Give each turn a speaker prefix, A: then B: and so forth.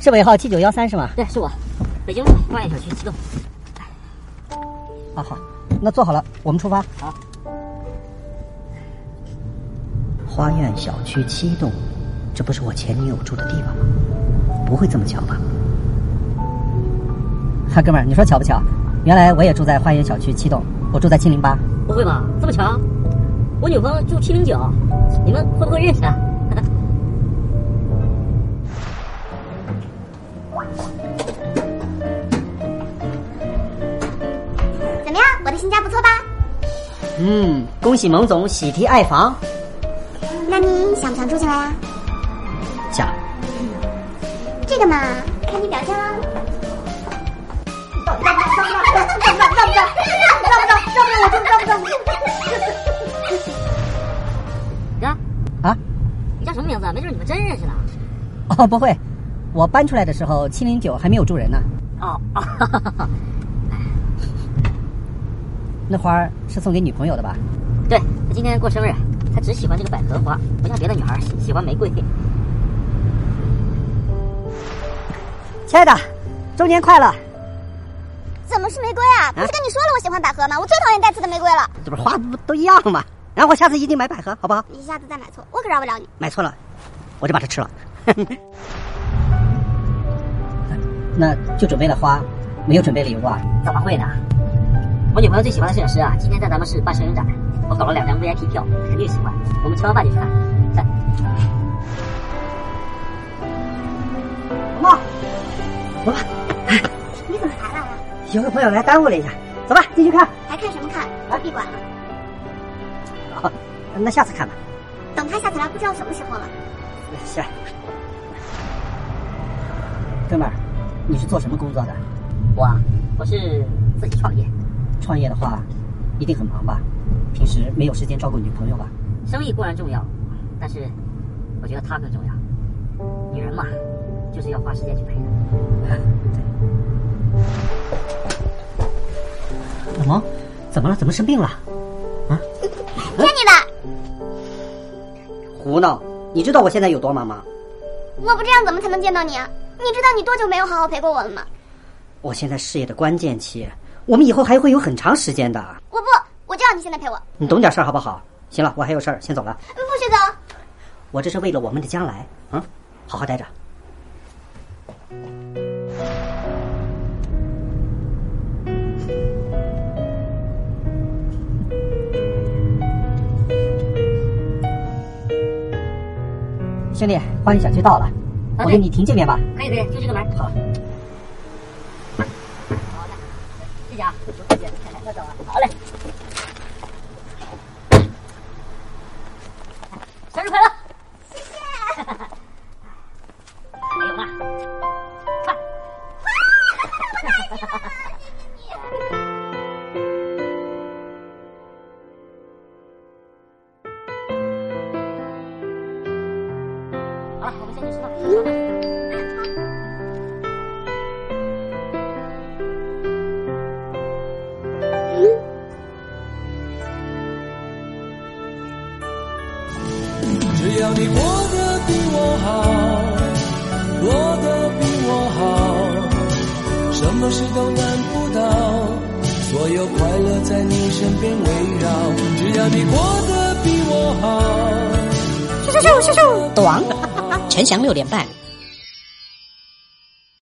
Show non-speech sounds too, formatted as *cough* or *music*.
A: 是尾号七九幺三是吗？
B: 对，是我，北京路万源小区七栋。
A: 啊好，那坐好了，我们出发。
B: 好。
A: 花苑小区七栋，这不是我前女友住的地方吗？不会这么巧吧？ *laughs* 哈、哥们儿，你说巧不巧？原来我也住在花园小区七栋，我住在七零八。
B: 不会吧？这么巧？我女朋友住七零九，你们会不会认识啊？
C: 怎么样，我的新家不错吧？
A: 嗯，恭喜蒙总喜提爱房。
C: 那你想不想住进来啊？
A: 想，
C: 这个嘛，看你表现啊啦。
B: 呀，
A: 啊？
B: 你叫什么名字啊？没准你们真认识呢。
A: 哦，不会，我搬出来的时候七零九还没有住人呢。
B: 哦 *laughs* 哦，哈哈哈
A: 那花儿是送给女朋友的吧？
B: 对她今天过生日，她只喜欢这个百合花，不像别的女孩喜喜欢玫瑰。
A: 亲爱的，周年快乐！
C: *laughs* 怎么是玫瑰啊？不是跟你说了我喜欢百合吗？我最讨厌带刺的玫瑰了。
A: 这不是花不都一样吗？然后我下次一定买百合，好不好？
C: 你下次再买错，我可饶不了你。
A: 买错了，我就把它吃了。 *laughs* 那就准备了花，没有准备礼物啊？
B: 怎么会呢？我女朋友最喜欢的摄影师啊，今天在咱们市办摄影展，我搞了两张 VIP 票，肯定喜欢。我们吃完饭就去看。看，
A: 妈，走吧，
C: 你怎么才来啊？
A: 有个朋友来耽误了一下，走吧，进去看。
C: 还看什么看？我闭馆了，
A: 好，那下次看吧。
C: 等他下次来不知道什么时候了。
A: 是。哥们儿，你是做什么工作的？
B: 我啊我是自己创业，
A: 创业的话，一定很忙吧？平时没有时间照顾女朋友吧？
B: 生意固然重要，但是我觉得她更重要。女人嘛，就是要花时间去陪的。
A: 哎老毛，怎么了？怎么生病了？
C: 骗你的！
A: 胡闹！你知道我现在有多忙吗？
C: 我不这样怎么才能见到你啊？你知道你多久没有好好陪过我了吗？
A: 我现在事业的关键期，我们以后还会有很长时间的。
C: 我不，我就要你现在陪我，嗯
A: 你懂点事儿好不好？行了，我还有事儿，先走了。
C: 不许走。
A: 我这是为了我们的将来，嗯，好好待着。兄弟，花园小区到了，我给你停这边吧。
B: 可以可以，就这个门。好。好嘞，谢谢啊，谢谢，那走了。好嘞。生日快乐！谢谢。还有嘛？看。好了，我们先去吃饭。
D: 只要你过得比我好，过得比我好，什么事都难不倒，所有快乐在你身边围绕。只要你过得比我好，
A: 短，陈翔六点半